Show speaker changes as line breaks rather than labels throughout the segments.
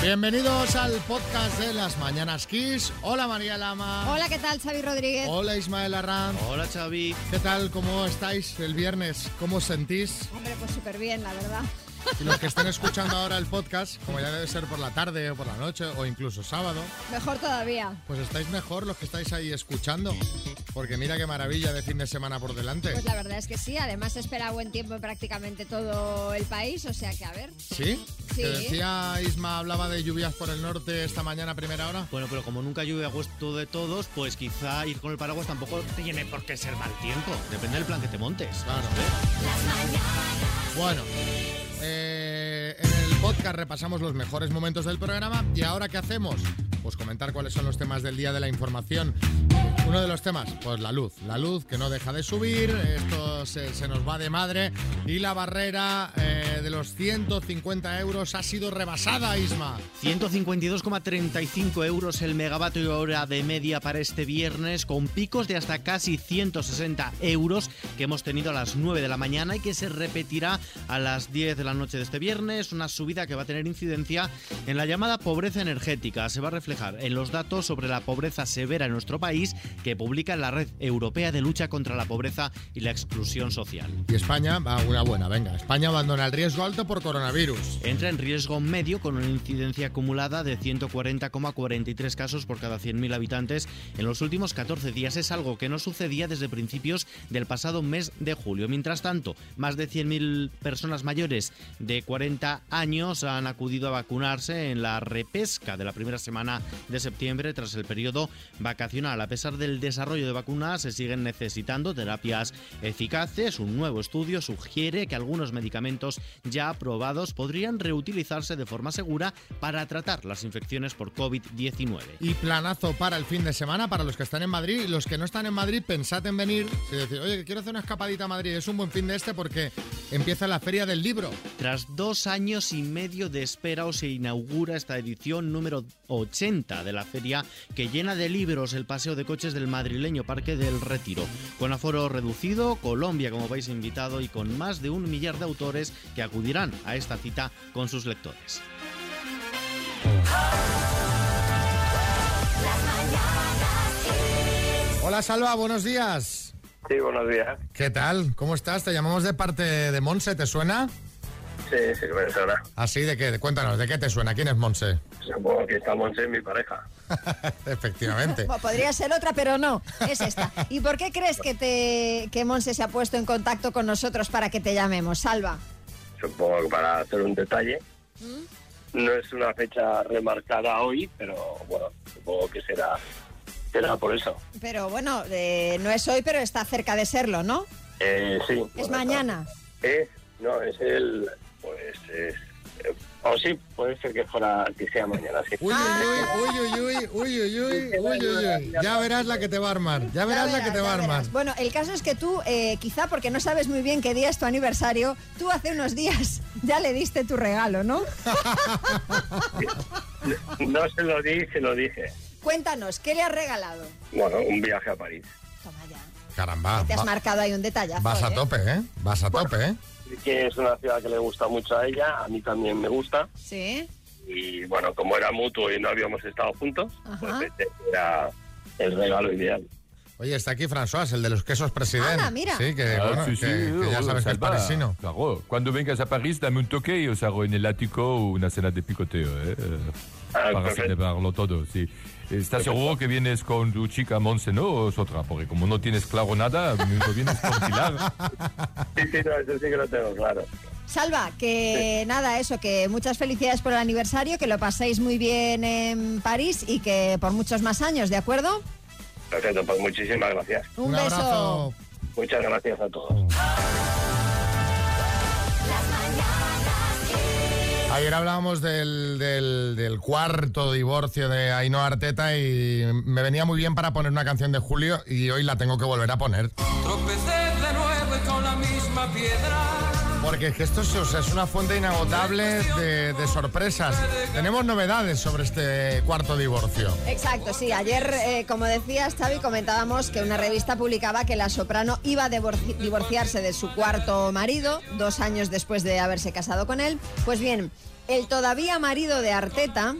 Bienvenidos al podcast de las Mañanas Kiss. Hola María Lama.
Hola, ¿qué tal, Xavi Rodríguez?
Hola Ismael Arran.
Hola Xavi.
¿Qué tal? ¿Cómo estáis el viernes? ¿Cómo os sentís?
Hombre, pues súper bien, la verdad.
Y los que estén escuchando ahora el podcast, como ya debe ser por la tarde o por la noche o incluso sábado,
Mejor todavía.
pues estáis mejor los que estáis ahí escuchando. Porque mira qué maravilla de fin de semana por delante.
Pues la verdad es que sí, además se espera buen tiempo en prácticamente todo el país, o sea que a ver.
¿Sí?
Sí.
Que decía Isma, hablaba de lluvias por el norte esta mañana a primera hora.
Bueno, pero como nunca llueve a gusto de todos, pues quizá ir con el paraguas tampoco tiene por qué ser mal tiempo. Depende del plan que te montes.
Claro.
¿Eh?
Bueno, eh, en el podcast repasamos los mejores momentos del programa y ahora ¿qué hacemos? Pues comentar cuáles son los temas del día de la información. Uno de los temas, pues la luz. La luz que no deja de subir, esto se, se nos va de madre. Y la barrera eh, de los 150 euros ha sido rebasada, Isma.
152,35 euros el megavatio hora de media para este viernes, con picos de hasta casi 160 euros que hemos tenido a las 9 de la mañana y que se repetirá a las 10 de la noche de este viernes. Una subida que va a tener incidencia en la llamada pobreza energética. Se va a reflejar en los datos sobre la pobreza severa en nuestro país que publica la Red Europea de Lucha contra la Pobreza y la Exclusión Social.
Y España va a una buena, venga. España abandona el riesgo alto por coronavirus.
Entra en riesgo medio con una incidencia acumulada de 140,43 casos por cada 100.000 habitantes en los últimos 14 días. Es algo que no sucedía desde principios del pasado mes de julio. Mientras tanto, más de 100.000 personas mayores de 40 años han acudido a vacunarse en la repesca de la primera semana de septiembre tras el periodo vacacional. A pesar del desarrollo de vacunas, se siguen necesitando terapias eficaces. Un nuevo estudio sugiere que algunos medicamentos ya aprobados podrían reutilizarse de forma segura para tratar las infecciones por COVID-19.
Y planazo para el fin de semana para los que están en Madrid. Y Los que no están en Madrid, pensad en venir y decir, oye, que quiero hacer una escapadita a Madrid. Es un buen fin de este porque empieza la Feria del Libro.
Tras dos años y medio de espera, os se inaugura esta edición número 80 de la feria que llena de libros el paseo de coches del madrileño Parque del Retiro. Con aforo reducido, Colombia como país invitado y con más de un millar de autores que acudirán a esta cita con sus lectores.
Hola, Salva, buenos días.
Sí, buenos días.
¿Qué tal? ¿Cómo estás? Te llamamos de parte de Monse, ¿te suena?
Sí, sí, me suena.
Así, ¿de qué? Cuéntanos, ¿de qué te suena? ¿Quién es Monse?
Supongo que estamos en mi pareja.
Efectivamente.
Bueno, podría ser otra, pero no, es esta. ¿Y por qué crees que, te, que Monse se ha puesto en contacto con nosotros para que te llamemos? Salva.
Supongo que para hacer un detalle. No es una fecha remarcada hoy, pero bueno, supongo que será, será por eso.
Pero bueno, eh, no es hoy, pero está cerca de serlo, ¿no?
Eh, sí.
Es
bueno,
mañana.
no. Es, no, es el... Pues es... eh, o sí, puede ser que fuera que sea mañana, sí.
Uy, uy, uy, uy, uy, uy, uy, uy, uy, uy, uy. Ya verás la que te va a armar. Ya verás la que te va a
Ya verás.
armar.
Bueno, el caso es que tú, eh, quizá porque no sabes muy bien qué día es tu aniversario, tú hace unos días ya le diste tu regalo, ¿no?
No se lo di, se lo dije.
Cuéntanos, ¿qué le has regalado?
Bueno, un viaje a París.
Toma ya.
Caramba.
Te has
Ah, va-
marcado ahí un detallazo.
vas a
¿eh?
tope, ¿eh? Vas a tope, ¿eh?
Que es una ciudad que le gusta mucho a ella, a mí también me gusta.
Sí.
y bueno, como era mutuo y no habíamos estado juntos,
Ajá.
pues este era el regalo ideal.
Oye, está aquí François, el de los quesos presidente.
Anda, mira.
Sí, que, Eh,
Ah,
bueno,
sí, sí,
que- que ya
hola,
sabes que es
Salva.
parisino.
Claro, cuando vengas a París, dame un toque y os hago en el ático una cena de picoteo, ¿eh?
Ah,
Para
perfecto.
celebrarlo todo, sí. ¿Estás seguro que vienes con tu chica Monse, no? ¿O es otra? Porque como no tienes claro nada, no vienes con Pilar.
Sí, sí, no, eso sí que lo tengo claro.
Salva, que nada, eso, que muchas felicidades por el aniversario, que lo paséis muy bien en París y que por muchos más años, ¿de acuerdo?
Perfecto, pues muchísimas gracias.
Un, beso.
abrazo.
Muchas gracias a todos.
Ayer hablábamos del, del- del cuarto divorcio de Ainhoa Arteta y me venía muy bien para poner una canción de Julio y hoy la tengo que volver a poner.
Tropecé de nuevo y con la misma piedra.
Porque es que esto es, o sea, es una fuente inagotable de, de sorpresas. Tenemos novedades sobre este cuarto divorcio.
Exacto, sí. Ayer, eh, como decías, Xavi, comentábamos que una revista publicaba que la soprano iba a divorci- divorciarse de su cuarto marido dos años después de haberse casado con él. Pues bien, el todavía marido de Arteta,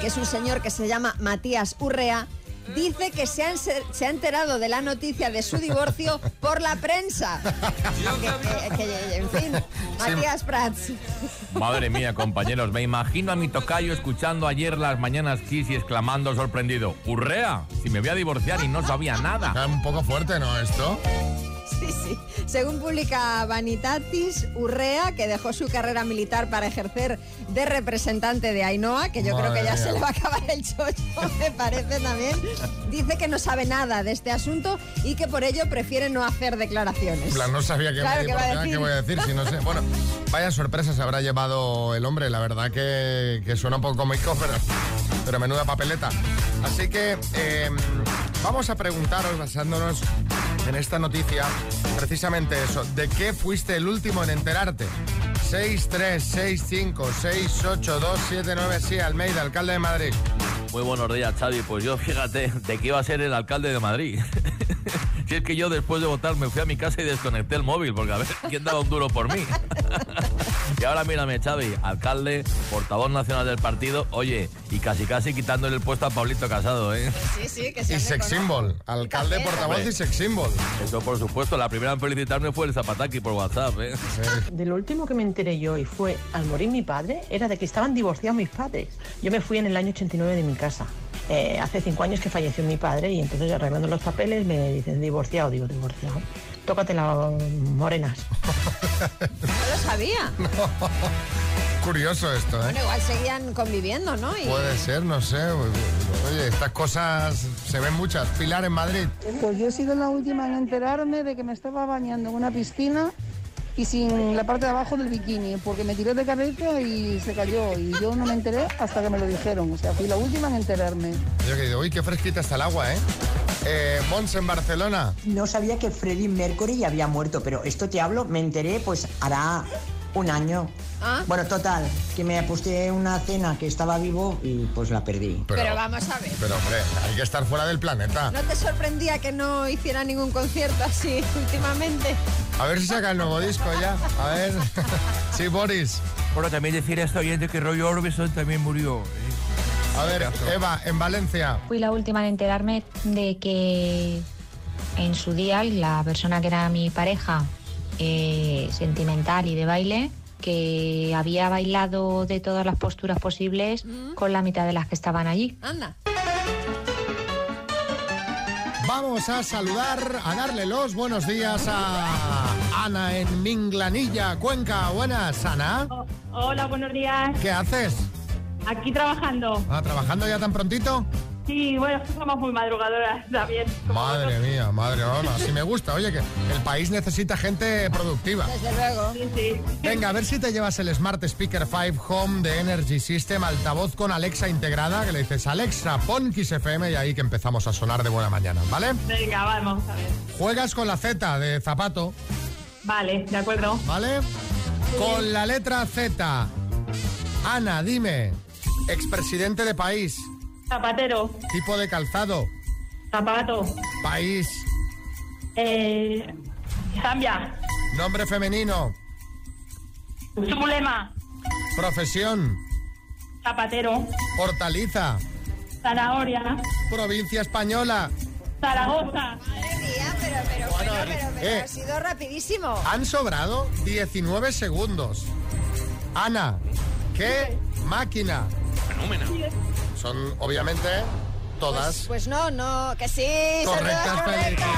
que es un señor que se llama Matías Urrea, dice que se ha, ense- se ha enterado de la noticia de su divorcio por la prensa. Que- que- que- en fin, Matías Prats.
Madre mía, compañeros, me imagino a mi tocayo escuchando ayer las mañanas Kiss y exclamando sorprendido, ¡Urrea! Si me voy a divorciar y no sabía nada.
Está un poco fuerte, ¿no? Esto.
Sí, sí. Según publica Vanitatis, Urrea, que dejó su carrera militar para ejercer de representante de Ainhoa, que yo creo
Madre
que ya
mía.
se le va a acabar el chollo, me parece también, dice que no sabe nada de este asunto y que por ello prefiere no hacer declaraciones.
En plan, no sabía qué,
Claro,
me-
¿qué va a
ah,
decir?
qué voy a decir, si no sé. Bueno, vaya sorpresa se habrá llevado el hombre, la verdad que, que suena un poco cómico, pero, pero menuda papeleta. Así que eh, vamos a preguntaros, basándonos en esta noticia, precisamente eso, ¿de qué fuiste el último en enterarte? 636568279, sí, Almeida, alcalde de Madrid.
Muy buenos días, Xavi. Pues yo, fíjate, de qué iba a ser el alcalde de Madrid. si es que yo después de votar me fui a mi casa y desconecté el móvil, porque a ver quién daba un duro por mí. y ahora mírame, Xavi, alcalde, portavoz nacional del partido, oye, y casi casi quitándole el puesto a Pablito Casado, ¿eh?
Sí, sí, que se
Y
ande
sex
con-
symbol, alcalde,
También.
portavoz y sex symbol.
Eso por supuesto, la primera en felicitarme fue el Zapataki por WhatsApp, ¿eh?
De lo último que me enteré yo y fue al morir mi padre, era de que estaban divorciados mis padres. Yo me fui en el año 89 de mi casa. Eh, hace cinco años que falleció mi padre y entonces arreglando los papeles me dicen divorciado, digo divorciado. Tócate las morenas.
No lo sabía.
Curioso esto, ¿eh?
Bueno, igual seguían conviviendo, ¿no? Y-
Puede ser, no sé. Oye, estas cosas se ven muchas. Pilar en Madrid.
Pues yo he sido la última en enterarme de que me estaba bañando en una piscina y sin la parte de abajo del bikini, porque me tiré de cabeza y se cayó. Y yo no me enteré hasta que me lo dijeron. O sea, fui la última en enterarme.
Yo que digo, uy, qué fresquita está el agua, ¿eh? eh Mons en Barcelona.
No sabía que Freddie Mercury ya había muerto, pero esto te hablo, me enteré pues hará un año.
Ah.
Bueno, total, que me aposté una cena que estaba vivo y pues la perdí.
Pero, vamos a ver.
Pero, hombre, hay que estar fuera del planeta.
¿No te sorprendía que no hiciera ningún concierto así últimamente?
A ver si saca el nuevo disco ya. A ver. sí, Boris.
Bueno, también decir a esta oyente que Roy Orbison también murió. ¿eh?
A ver, Eva, en Valencia.
Fui la última en enterarme de que en su día la persona que era mi pareja eh, sentimental y de baile, que había bailado de todas las posturas posibles
Mm.
con la mitad de las que estaban allí.
Anda.
Vamos a saludar, a darle los buenos días a Ana en Minglanilla, Cuenca. Buenas, Ana.
Oh, Hola, buenos días.
¿Qué haces?
Aquí trabajando.
Ah, ¿Trabajando ya tan prontito?
Sí, bueno, somos muy madrugadoras también. como
Madre mía, madre, vamos, así me gusta. Oye, que el país necesita gente productiva.
Desde luego.
vosotros. Sí, sí.
Venga, a ver si te llevas el Smart Speaker 5 Home de Energy System, altavoz con Alexa integrada, que le dices, Alexa, pon Kiss FM y ahí que empezamos a sonar de buena mañana, ¿vale?
Venga, vamos a ver.
Juegas con la Z de zapato,
Vale, de acuerdo.
¿vale? Con la letra Z. Ana, dime, expresidente de país,
Zapatero,
tipo de calzado,
zapato,
país,
eh, Zambia,
nombre femenino,
Zulema,
profesión,
zapatero,
hortaliza,
zanahoria,
provincia española.
Zaragoza.
Madre mía, pero, pero,
Bueno,
pero, pero, pero
eh.
ha sido rapidísimo.
Han sobrado 19 segundos. Ana, ¿qué máquina? Son, obviamente,
Pues,
todas
pues no, no, que sí, son
correctas.
todas correctas.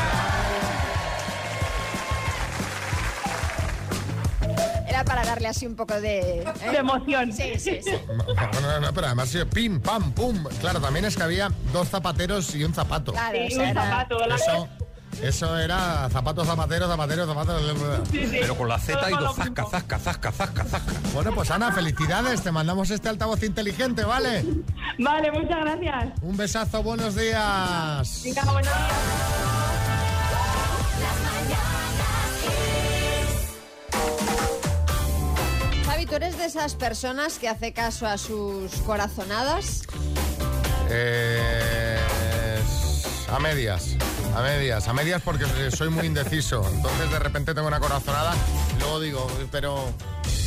Era para darle así un poco de...
De
¿eh?
emoción.
Sí, sí, sí.
No, no, no, pero además ha sido pim, pam, pum. Claro, también es que había dos zapateros y un zapato.
Claro,
Sí,
o sea,
un
era-
zapato, la
Eso, eso era zapato, zapatero, zapatero, zapatero.
Sí, sí.
Pero con la Z
Todo
ha ido
lo
zasca,
mismo.
zasca, zasca, zasca, zasca.
Bueno, pues Ana, felicidades. Te mandamos este altavoz inteligente, ¿vale?
Vale, muchas gracias.
Un besazo, buenos días.
Venga, buenos días.
¿Tú eres de esas personas que hace caso a sus corazonadas?
Eh, a medias, a medias, a medias porque soy muy indeciso. Entonces de repente tengo una corazonada, luego digo, pero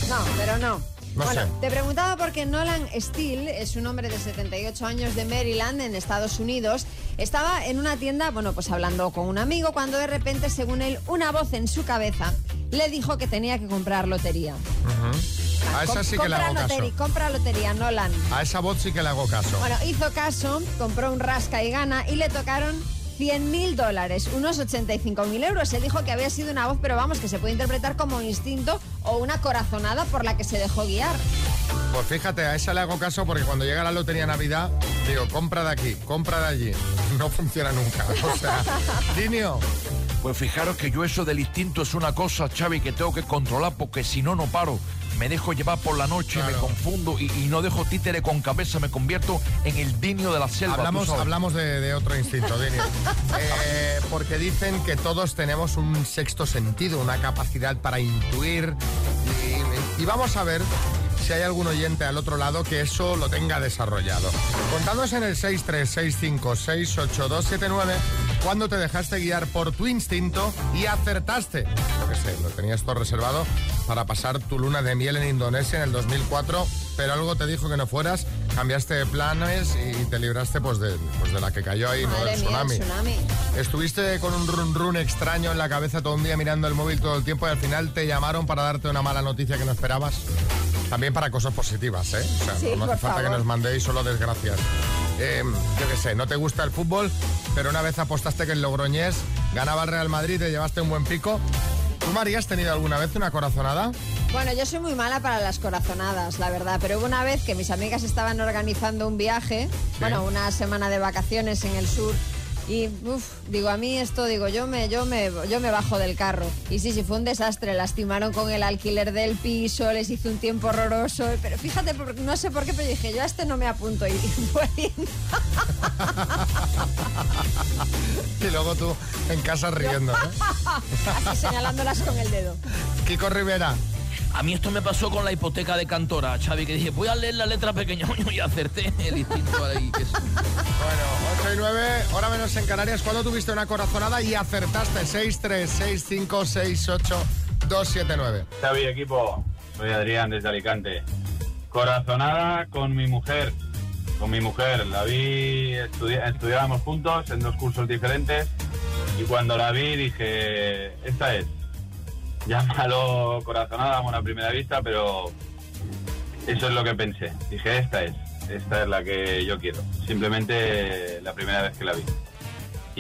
No, pero no.
No
bueno,
sé.
te preguntaba porque Nolan Steele es un hombre de 78 años de Maryland, en Estados Unidos. Estaba en una tienda, bueno, pues hablando con un amigo, cuando de repente, según él, una voz en su cabeza le dijo que tenía que comprar lotería.
Ujú. A Ah, esa
Com-
sí que le hago
compra
caso.
lotería, compra lotería, Nolan.
A esa voz sí que le hago caso.
Bueno, hizo caso, compró un rasca y gana y le tocaron 100.000 dólares, unos 85.000 euros. Él dijo que había sido una voz, pero vamos, que se puede interpretar como instinto o una corazonada por la que se dejó guiar.
Pues fíjate, a esa le hago caso porque cuando llega la lotería Navidad, digo, compra de aquí, compra de allí. No funciona nunca. O sea, Dinio.
Pues fijaros que yo eso del instinto es una cosa, Xavi, que tengo que controlar porque si no, no paro. Me dejo llevar por la noche, me confundo y, y no dejo títere con cabeza, me convierto en el dinio de la selva. tú
hablamos,
sabes.
hablamos de, de otro instinto, Dinio. Eh, porque dicen que todos tenemos un sexto sentido, una capacidad para intuir. Y, y vamos a ver si hay algún oyente al otro lado que eso lo tenga desarrollado. Contanos en el 636568279 cuando te dejaste guiar por tu instinto y acertaste. Yo qué sé, lo tenías todo reservado para pasar tu luna de miel en Indonesia en el 2004, pero algo te dijo que no fueras, cambiaste de planes y te libraste pues de, pues, de la que cayó ahí, ¿no?
Madre
Del
mía, el
tsunami.
tsunami.
Estuviste con un run run extraño en la cabeza todo un día mirando el móvil todo el tiempo y al final te llamaron para darte una mala noticia que no esperabas. También para cosas positivas, ¿eh? O sea,
Sí,
no
por
hace falta que
favor.
nos mandéis solo desgracias. Eh, yo qué sé, no te gusta el fútbol, pero una vez apostaste que el Logroñés ganaba el Real Madrid y te llevaste un buen pico. ¿Tú, María, has tenido alguna vez una corazonada?
Bueno, yo soy muy mala para las corazonadas, la verdad, pero hubo una vez que mis amigas estaban organizando un viaje, bueno, una semana de vacaciones en el sur. Y uf, digo, a mí esto, digo, yo me, yo me, yo me bajo del carro. Y sí, sí, fue un desastre. Lastimaron con el alquiler del piso, les hice un tiempo horroroso. Pero fíjate, por- no sé por qué, pero dije, yo a este no me apunto. Y volviendo,
y luego tú en casa riendo, ¿no?
así señalándolas con el dedo.
Kiko Rivera.
A mí esto me pasó con la hipoteca de Cantora, Xavi, que dije, voy a leer la letra pequeña y acerté el instinto ahí. que es-
8 y 9, hora menos en Canarias. ¿Cuándo tuviste una corazonada y acertaste? 6, 3, 6, 5, 6, 8, 2, 7, 9.
Xavi, equipo, soy Adrián desde Alicante. Corazonada con mi mujer. Con mi mujer, la vi, estudi- estudiábamos juntos en dos cursos diferentes y cuando la vi dije, esta es. Llámalo corazonada, amor a primera vista, pero eso es lo que pensé. Dije, esta es, esta es la que yo quiero. Simplemente la primera vez que la vi.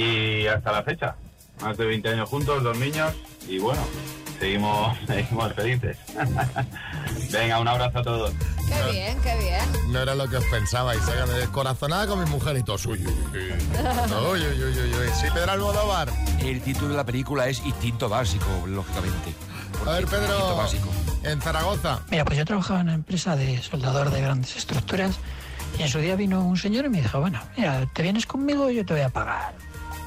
Y hasta la fecha, más de 20 años juntos, dos niños y bueno, seguimos, seguimos felices. Venga, un abrazo a todos.
Qué bien, qué bien.
No era lo que os pensabais. ¿eh? Corazonada con mi mujer y todo suyo. Uy, uy, uy, uy, uy. Sí, Pedro Almodóvar.
El título de la película es Instinto Básico, lógicamente.
A ver,
Instinto
Pedro,
básico.
en Zaragoza.
Mira, pues yo trabajaba en una empresa de soldador de grandes estructuras y en su día vino un señor y me dijo, bueno, mira, te vienes conmigo y yo te voy a pagar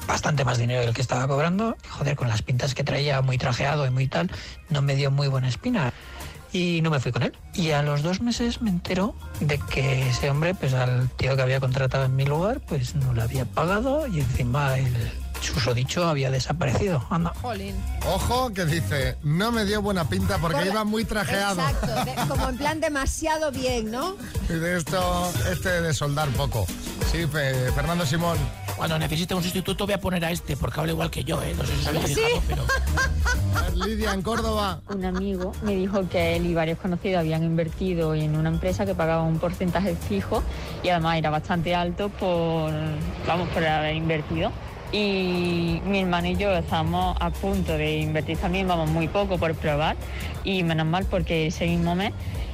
bastante más dinero del que estaba cobrando. Y, joder, con las pintas que traía muy trajeado y muy tal, no me dio muy buena espina y no me fui con él. Y a los dos meses me entero de que ese hombre, pues al tío que había contratado en mi lugar, pues no le había pagado y encima el susodicho había desaparecido. Anda.
Jolín.
Ojo que dice, no me dio buena pinta porque
Por la-
iba muy trajeado.
Exacto, de- como en plan demasiado bien, ¿no?
Y de esto, este de soldar poco. Sí, Fe- Fernando Simón.
Cuando necesite un sustituto voy a poner a este, porque habla igual que yo, ¿eh? No sé si se habéis
Sí.
fijado, pero...
Lidia, en Córdoba.
Un amigo me dijo que él y varios conocidos habían invertido en una empresa que pagaba un porcentaje fijo y además era bastante alto por, vamos, por haber invertido. Y mi hermano y yo estamos a punto de invertir también, vamos, muy poco por probar y menos mal porque ese mismo mes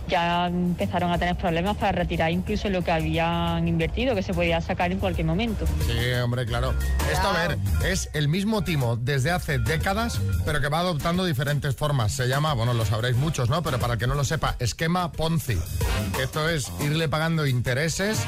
ya empezaron a tener problemas para retirar incluso lo que habían invertido, que se podía sacar en cualquier momento.
Sí, hombre, claro. Esto, a ver, es el mismo timo desde hace décadas, pero que va adoptando diferentes formas. Se llama, bueno, lo sabréis muchos, ¿no? Pero para el que no lo sepa, esquema Ponzi. Esto es irle pagando intereses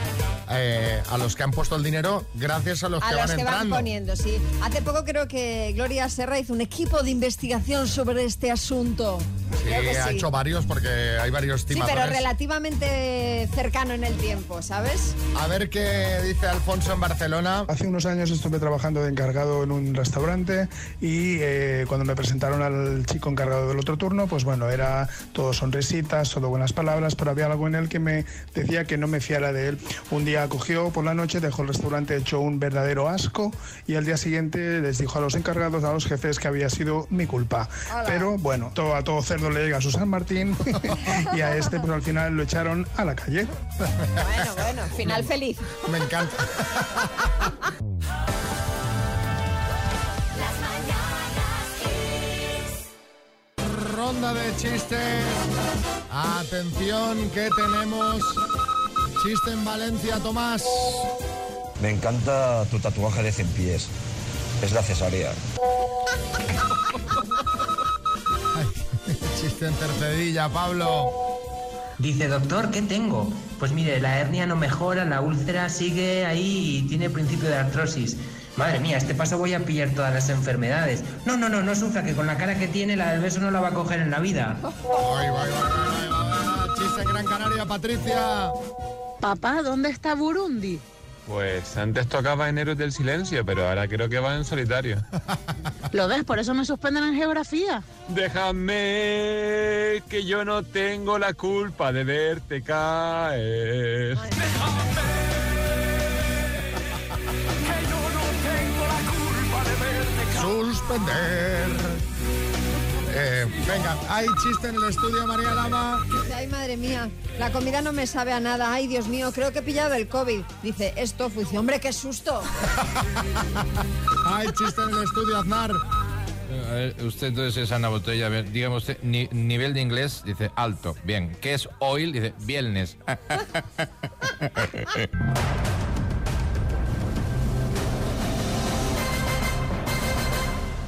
eh, a los que han puesto el dinero gracias a los
a
que
los
van
que van
entrando.
poniendo, sí. Hace poco creo que Gloria Serra hizo un equipo de investigación sobre este asunto.
Sí,
Creo que
ha
sí.
hecho varios porque hay varios
Sí, pero
timadores.
relativamente cercano en el tiempo, ¿sabes?
A ver qué dice Alfonso en Barcelona.
Hace unos años estuve trabajando de encargado en un restaurante y eh, cuando me presentaron al chico encargado del otro turno, pues bueno, era todo sonrisitas, todo buenas palabras, pero había algo en él que me decía que no me fiara de él. Un día cogió por la noche, dejó el restaurante hecho un verdadero asco y al día siguiente les dijo a los encargados, a los jefes, que había sido mi culpa.
Hola.
Pero bueno, todo, a todo cerdo le llega su San Martín y a este pues al final lo echaron a la calle.
Bueno, bueno, final feliz.
Me encanta. Ronda de chistes. Atención que tenemos chiste en Valencia, Tomás.
Me encanta tu tatuaje de 100 pies. Es la cesárea.
Chiste en Tercedilla, Pablo.
Dice, doctor, ¿qué tengo? Pues mire, la hernia no mejora, la úlcera sigue ahí y tiene principio de artrosis. Madre mía, este paso voy a pillar todas las enfermedades. No, no, no, no sufra, que con la cara que tiene la del beso no la va a coger en la vida.
Chiste en Gran Canaria, Patricia.
Papá, ¿dónde está Burundi?
Pues antes tocaba Enero del Silencio, pero ahora creo que va en solitario.
Lo ves, por eso me suspenden en geografía.
Déjame que yo no tengo la culpa de verte caer.
Suspender. Eh, venga, hay chiste en el estudio, María Lama.
Ay, madre mía, la comida no me sabe a nada. Ay, Dios mío, creo que he pillado el COVID. Dice, esto fue. Dice, hombre, qué susto.
Hay chiste en el estudio, Aznar.
A ver, usted entonces es Ana Botella, a ver, dígame usted, ni- nivel de inglés, dice alto, bien. ¿Qué es oil? Dice viernes.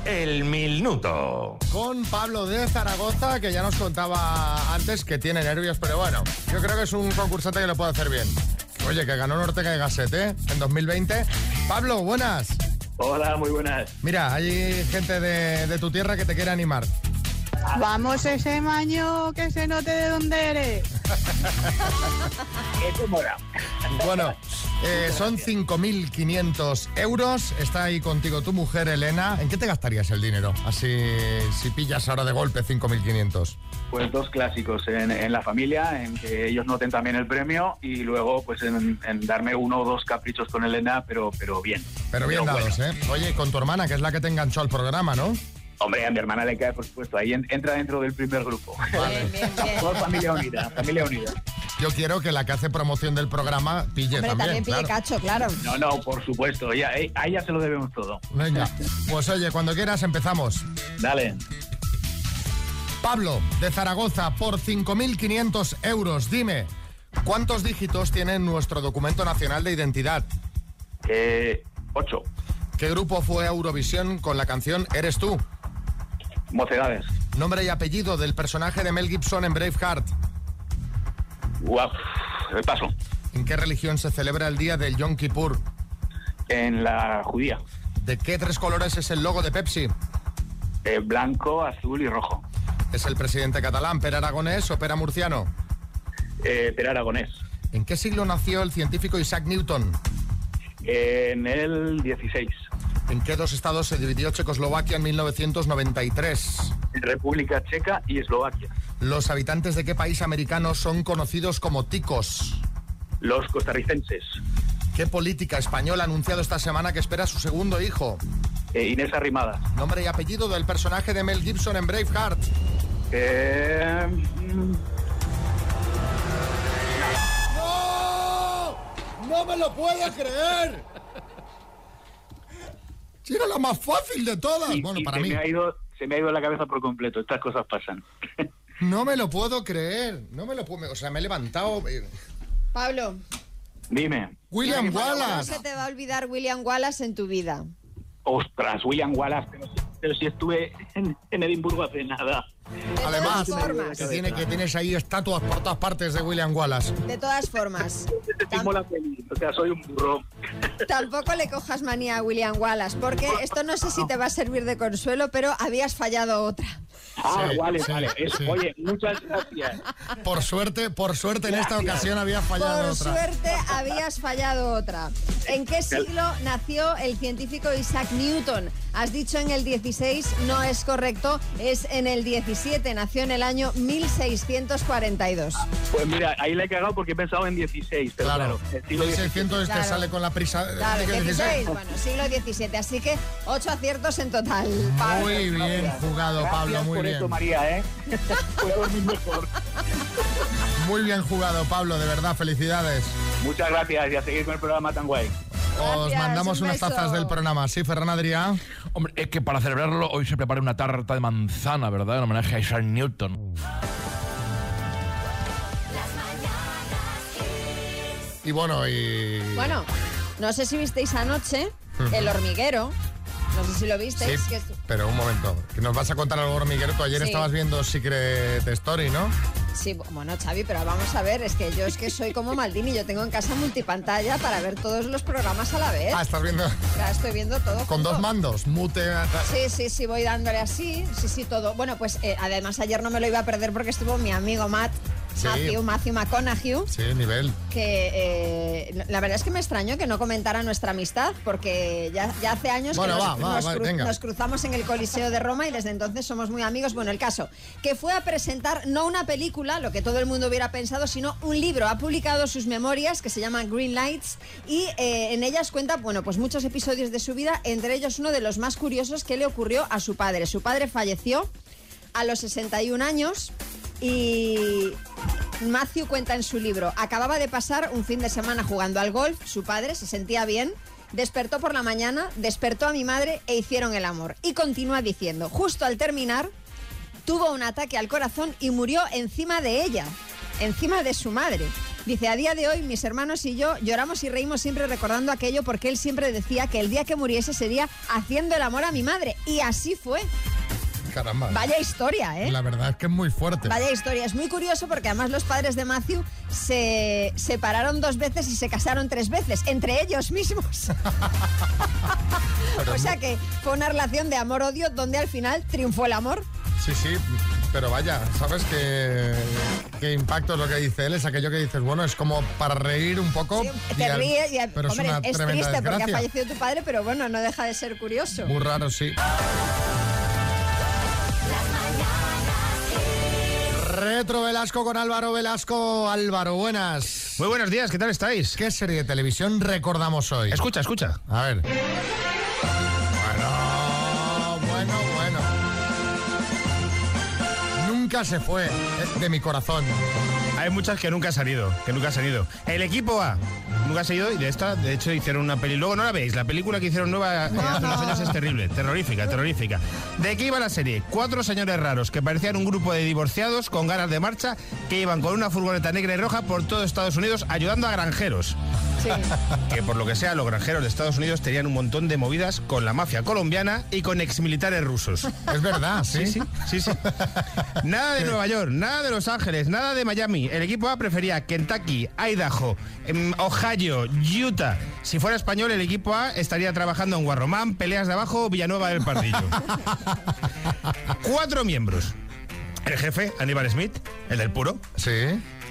El minuto.
Con Pablo de Zaragoza, que ya nos contaba antes que tiene nervios, pero bueno, yo creo que es un concursante que lo puede hacer bien. Oye, que ganó Norteca de Gasset, ¿eh? En 2020. Pablo, buenas.
Hola, muy buenas.
Mira, hay gente de, de tu tierra que te quiere animar.
Vamos ese maño que se note de dónde eres.
Bueno, eh, son 5.500 euros. Está ahí contigo tu mujer, Elena. ¿En qué te gastarías el dinero? Así, si pillas ahora de golpe 5.500.
Pues dos clásicos en, en la familia, en que ellos noten también el premio y luego pues en, en darme uno o dos caprichos con Elena, pero, pero bien.
Pero bien
bueno.
dados, ¿eh? Oye, con tu hermana, que es la que te enganchó al programa, ¿no?
Hombre, a mi hermana le cae, por supuesto, ahí en- entra dentro del primer grupo. Por familia unida, familia unida.
Yo quiero que la que hace promoción del programa pille
Hombre,
también.
también pille
claro.
Cacho, claro.
No, no, por supuesto, ella- a ella se lo debemos todo.
Venga. Pues oye, cuando quieras empezamos.
Dale.
Pablo, de Zaragoza, por 5.500 euros, dime, ¿cuántos dígitos tiene nuestro documento nacional de identidad?
Eh, ocho.
¿Qué grupo fue a Eurovisión con la canción Eres tú?
Mocedades.
Nombre y apellido del personaje de Mel Gibson en Braveheart.
Guau, el paso.
¿En qué religión se celebra el día del Yom Kippur?
En la judía.
¿De qué tres colores es el logo de Pepsi?
Eh, blanco, azul y rojo.
¿Es el presidente catalán, Pera Aragonés o Pera Murciano?
Eh, pero aragonés.
¿En qué siglo nació el científico Isaac Newton?
En el 16.
¿En qué dos estados se dividió Checoslovaquia en 1993?
República Checa y Eslovaquia.
¿Los habitantes de qué país americano son conocidos como ticos?
Los costarricenses.
¿Qué política española ha anunciado esta semana que espera a su segundo hijo?
Eh, Inés Arrimada.
Nombre y apellido del personaje de Mel Gibson en Braveheart.
Eh, mm,
¡No! ¡No me lo puedo creer! Si era la más fácil de todas.
y-
bueno,
y
para
se
mí.
Me ha ido, se me ha ido la cabeza por completo. Estas cosas pasan.
No me lo puedo creer. No me lo puedo. O sea, me he levantado. eh,
Pablo,
Dime.
William
no
Wallace.
se te va a olvidar William Wallace en tu vida.
Ostras, William Wallace. Pero, si- pero si estuve en, en Edimburgo hace nada.
Además,
formas.
que, tiene, que tienes ahí estatuas por todas partes de William Wallace.
De todas formas,
Este O sea, soy un burro.
tampoco le cojas manía a William Wallace, porque esto no sé si te va a servir de consuelo, pero habías fallado otra.
Ah,
Sí,
vale,
sí,
vale. Es-
sí.
Oye, muchas gracias.
Por suerte, por suerte en esta
Gracias.
ocasión había fallado
Por
otra.
suerte habías fallado otra. ¿En qué siglo nació el científico Isaac Newton? Has dicho en el 16, no es correcto, es en el 17, nació en el año 1642.
Ah,
Pues mira, ahí la he cagado porque he pensado en 16, pero claro. el siglo
1600 este
Claro.
sale con la prisa.
Claro,
¿de qué
16,
16?
bueno, siglo 17, así que 8 aciertos en total. Pablo.
Muy bien jugado, Pablo, muy
por
bien.
eso, María, ¿eh?
Muy bien jugado, Pablo, de verdad, felicidades.
Muchas gracias y a seguir con el programa tan guay.
Os mandamos unas tazas del programa, ¿sí, Ferran Adrià?
Hombre, es que para celebrarlo hoy se prepara una tarta de manzana, ¿verdad? En homenaje a Isaac Newton.
Y bueno, y...
Bueno, no sé si visteis anoche
Ujú.
El hormiguero, no sé si lo visteis,
Sí,
que es-
pero un momento, que nos vas a contar algo, hormiguero. Tú ayer
Sí.
estabas viendo Secret Story, ¿no?
Sí, bu- bueno, Xavi, pero vamos a ver, es que yo es que soy como Maldini, yo tengo en casa multipantalla para ver todos los programas a la vez.
Ah, estás viendo
Ya estoy viendo todo.
con
junto.
dos mandos, mute...
Sí, sí, sí, voy dándole así, sí, sí, todo. Bueno, pues eh, además ayer no me lo iba a perder porque estuvo mi amigo Matt,
Sí.
Matthew, Matthew McConaughey,
Sí, nivel.
que eh, la verdad es que me extrañó que no comentara nuestra amistad porque ya, ya hace años
Bueno,
que nos,
va, va,
nos
va, venga.
nos cruzamos en el Coliseo de Roma y desde entonces somos muy amigos. Bueno, el caso, que fue a presentar no una película, lo que todo el mundo hubiera pensado, sino un libro. Ha publicado sus memorias que se llaman Green Lights y eh, en ellas cuenta, bueno, pues muchos episodios de su vida, entre ellos uno de los más curiosos que le ocurrió a su padre. Su padre falleció a los 61 años y Matthew cuenta en su libro, acababa de pasar un fin de semana jugando al golf, su padre se sentía bien, despertó por la mañana, despertó a mi madre e hicieron el amor. Y continúa diciendo, justo al terminar, tuvo un ataque al corazón y murió encima de ella, encima de su madre. Dice, a día de hoy mis hermanos y yo lloramos y reímos siempre recordando aquello porque él siempre decía que el día que muriese sería haciendo el amor a mi madre. Y así fue.
Caramba.
Vaya historia, ¿eh?
La verdad es que es muy fuerte.
Vaya historia, es muy curioso porque además los padres de Matthew se separaron dos veces y se casaron tres veces, entre ellos mismos. o sea que fue una relación de amor-odio donde al final triunfó el amor.
Sí, sí, pero vaya, ¿sabes qué, qué impacto es lo que dice él? Es aquello que dices, bueno, es como para reír un poco. Oh, y
Te
al-
ríes y
pero
hombre,
es una
es,
tremenda
triste porque ha
desgracia.
fallecido tu padre, pero bueno, no deja de ser curioso.
Muy raro, sí. Retro Velasco con Álvaro Velasco. Álvaro, buenas. Muy buenos días, ¿qué tal estáis? ¿Qué serie de televisión recordamos hoy? Escucha, escucha. A ver. Bueno, bueno, bueno. Nunca se fue eh, de mi corazón.
Hay muchas que nunca han salido, que nunca han salido. El equipo A, nunca ha salido y de esta, de hecho, hicieron una peli. Luego no la veis, la película que hicieron nueva eh, hace unos años es terrible, terrorífica, terrorífica. ¿De qué iba la serie? Cuatro señores raros que parecían un grupo de divorciados con ganas de marcha que iban con una furgoneta negra y roja por todo Estados Unidos ayudando a granjeros. Que por lo que sea, los granjeros de Estados Unidos tenían un montón de movidas con la mafia colombiana y con exmilitares rusos.
Es verdad,
sí. Sí, sí, sí. Nada de Nueva York, nada de Los Ángeles, nada de Miami. El equipo A prefería Kentucky, Idaho, em, Ohio, Utah. Si fuera español, el equipo A estaría trabajando en Guarromán, Peleas de Abajo o Villanueva del Pardillo. Cuatro miembros. El jefe, Aníbal Smith, el del puro.
Sí.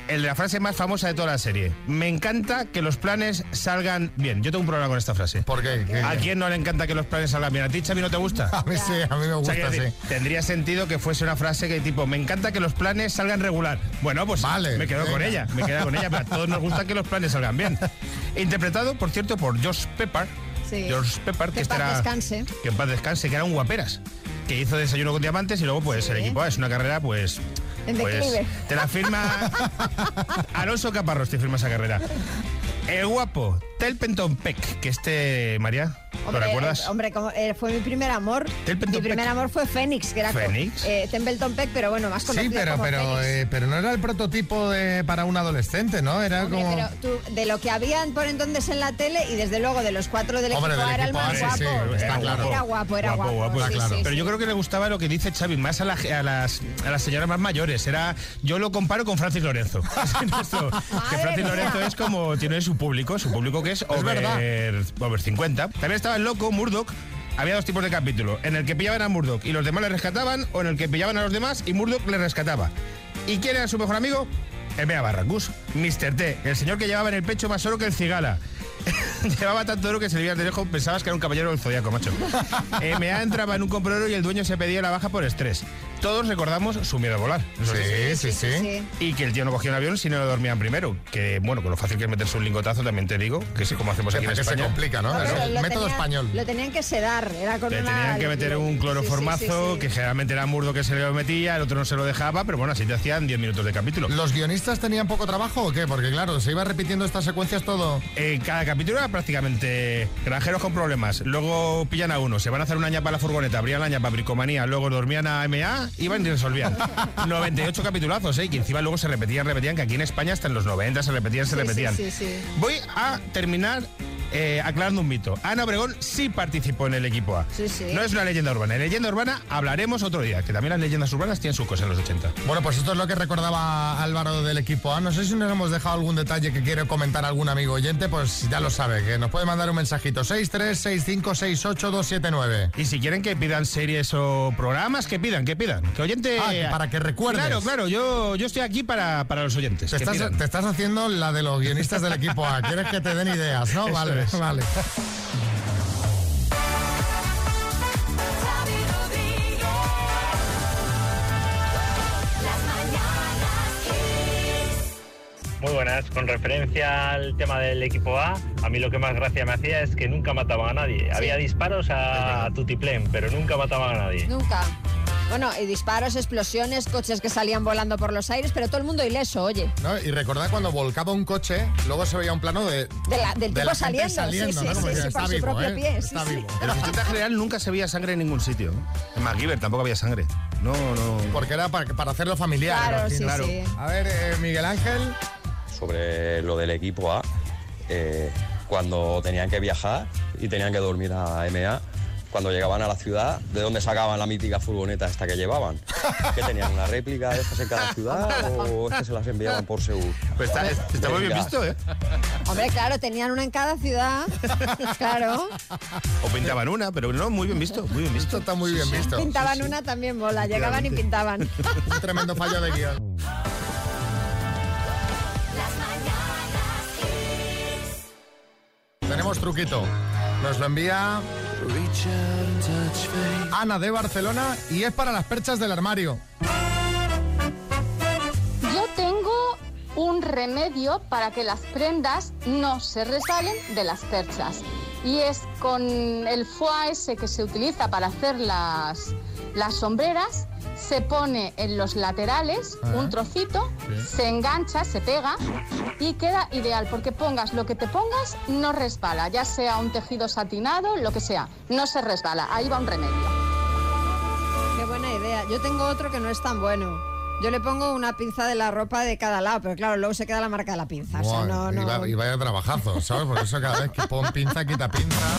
El de la frase más famosa de toda la serie. Me encanta que los planes salgan bien. Yo tengo un problema con esta frase.
¿Por qué?
¿A quién no le encanta que los planes salgan bien? ¿A ti, Xavi, no te gusta?
A mí sí, a mí me
O sea,
gusta,
quiero decir,
sí.
Tendría sentido que fuese una frase que tipo, me encanta que los planes salgan regular. Bueno, pues me quedo con
venga.
ella, me quedo con ella, pero a todos nos gusta que los planes salgan bien. Interpretado, por cierto, por Josh Pepper.
Sí.
George Pepper, que,
Que
este
paz
era-
descanse.
que en paz descanse, que era un guaperas, que hizo desayuno con diamantes y luego pues el equipo A es una carrera pues...
En
pues,
declive.
te la firma Alonso Caparrós, te firma esa carrera. El guapo, Telpenton Peck, que este, María, ¿lo
Hombre,
recuerdas?
eh, Hombre, como, eh, fue mi primer amor. Mi primer amor fue Fénix, que era co-
Fénix.
eh, Templeton Peck, pero bueno, más conocido
Sí, pero,
como
pero,
Fénix.
eh, pero no era el prototipo de- para un adolescente, ¿no? Era
Hombre,
Ah, como...
pero tú, de lo que habían por entonces en la tele y desde luego de los cuatro del
Hombre,
equipo
del
era el
equipo
más
A, sí, sí,
guapo. era,
está
guapo,
claro.
era guapo, era guapo. sí, sí,
Pero yo creo que le gustaba lo que dice Xavi, más a, la, a las, a las señoras más mayores. Era, yo lo comparo con Francis Lorenzo. Nuestro- que Francis Lorenzo es como tiene su público, su público que es, over,
verdad.
over 50. También estaba el loco Murdoch. había dos tipos de capítulo. En el que pillaban a Murdoch y los demás le rescataban, o en el que pillaban a los demás y Murdoch le rescataba. ¿Y quién era su mejor amigo? M.A. Barracus, Mr. T, el señor que llevaba en el pecho más oro que el cigala. Llevaba tanto oro que si le veías de lejos pensabas que era un caballero del zodiaco, macho. Eh, M.A. entraba en un comprador y el dueño se pedía la baja por estrés. Todos recordamos su miedo a volar. ¿no
Sí,
es
sí,
así?
sí, sí.
Y que el tío no cogía un avión si no lo dormían primero. Que bueno, con lo fácil que es meterse un lingotazo, también te digo, que sí, como hacemos aquí en
Que se
España.
complica, ¿no? No,
Pero lo tenían- Lo tenían que sedar, era con
Le
una...
tenían que meter un cloroformazo, que generalmente era Murdo que se lo metía, el otro no se lo dejaba, pero bueno, así te hacían 10 minutos de capítulo.
¿Los guionistas tenían poco trabajo o qué? Porque claro, se iba repitiendo estas secuencias todo.
Eh, cada capítulo era prácticamente granjeros con problemas. Luego pillan a uno, se van a hacer una ñapa a la furgoneta, abrían la ñapa a bricomanía, luego dormían a MA, iban y resolvían. 98 capitulazos, ¿eh? Y que encima luego se repetían, repetían, que aquí en España hasta en los 90 se repetían, se repetían.
Sí, sí, sí.
Voy a terminar eh, aclarando un mito. Ana Obregón sí participó en el equipo A.
Sí, sí.
No es una leyenda urbana. En leyenda urbana hablaremos otro día, que también las leyendas urbanas tienen sus cosas en los 80.
Bueno, pues esto es lo que recordaba Álvaro del equipo A. No sé si nos hemos dejado algún detalle que quiere comentar algún amigo oyente, pues ya lo sabe, que nos puede mandar un mensajito 636568279.
Y si quieren que pidan series o programas, que pidan, que pidan. Que oyente.
Ah, que para que recuerdes.
Eh, Claro, claro, yo, yo estoy aquí para, para los oyentes.
Te
que
estás,
pidan.
te estás haciendo la de los guionistas del equipo A. Quieres que te den ideas, ¿no?
Eso
Vale,
es.
vale.
Muy buenas. Con referencia al tema del equipo A, a mí lo que más gracia me hacía es que nunca mataban a nadie. Había disparos a tutiplén, pero nunca mataban a nadie.
Nunca. Bueno, y disparos, explosiones, coches que salían volando por los aires, pero todo el mundo ileso, oye.
¿No? Y recordad cuando volcaba un coche, luego se veía un plano de.
De la- del
de
tipo
la gente
saliendo,
saliendo,
sí,
¿no?
sí,
Como
sí,
diciendo,
sí,
está
por su
vivo,
propio
¿eh?
pie, sí,
Está
sí.
vivo.
En la Junta General nunca se veía sangre en ningún sitio. En MacGyver tampoco había sangre. No, no.
Porque era para, para hacerlo familiar.
Claro,
¿no?
sí, sí.
A ver, eh, Miguel Ángel.
sobre lo del equipo A, eh, cuando tenían que viajar y tenían que dormir a MA, cuando llegaban a la ciudad, ¿de dónde sacaban la mítica furgoneta esta que llevaban? ¿Que tenían una réplica de estas en cada ciudad o es que se las enviaban por Seúl?
Pues está, está muy bien
Venga.
visto, ¿eh?
Hombre, claro, tenían una en cada ciudad. Claro.
O pintaban una, pero no, muy bien visto, muy bien visto.
Está muy bien visto.
Pintaban una también bola, llegaban y pintaban.
Un tremendo fallo de guión. Tenemos truquito. Nos lo envía Ana de Barcelona y es para las perchas del armario.
Yo tengo un remedio para que las prendas no se resalen de las perchas. Y es con el foie ese que se utiliza para hacer las, las sombreras, se pone en los laterales
Ajá.
un trocito,
Sí.
se engancha, se pega y queda ideal porque pongas lo que te pongas no resbala, ya sea un tejido satinado, lo que sea, no se resbala. Ahí va un remedio.
Qué buena idea. Yo tengo otro que no es tan bueno. Yo le pongo una pinza de la ropa de cada lado, pero claro, luego se queda la marca de la pinza. o sea,
Buah,
no,
y
no.
va- Y vaya trabajazo, ¿sabes? Por eso cada vez que pon pinza, quita pinza.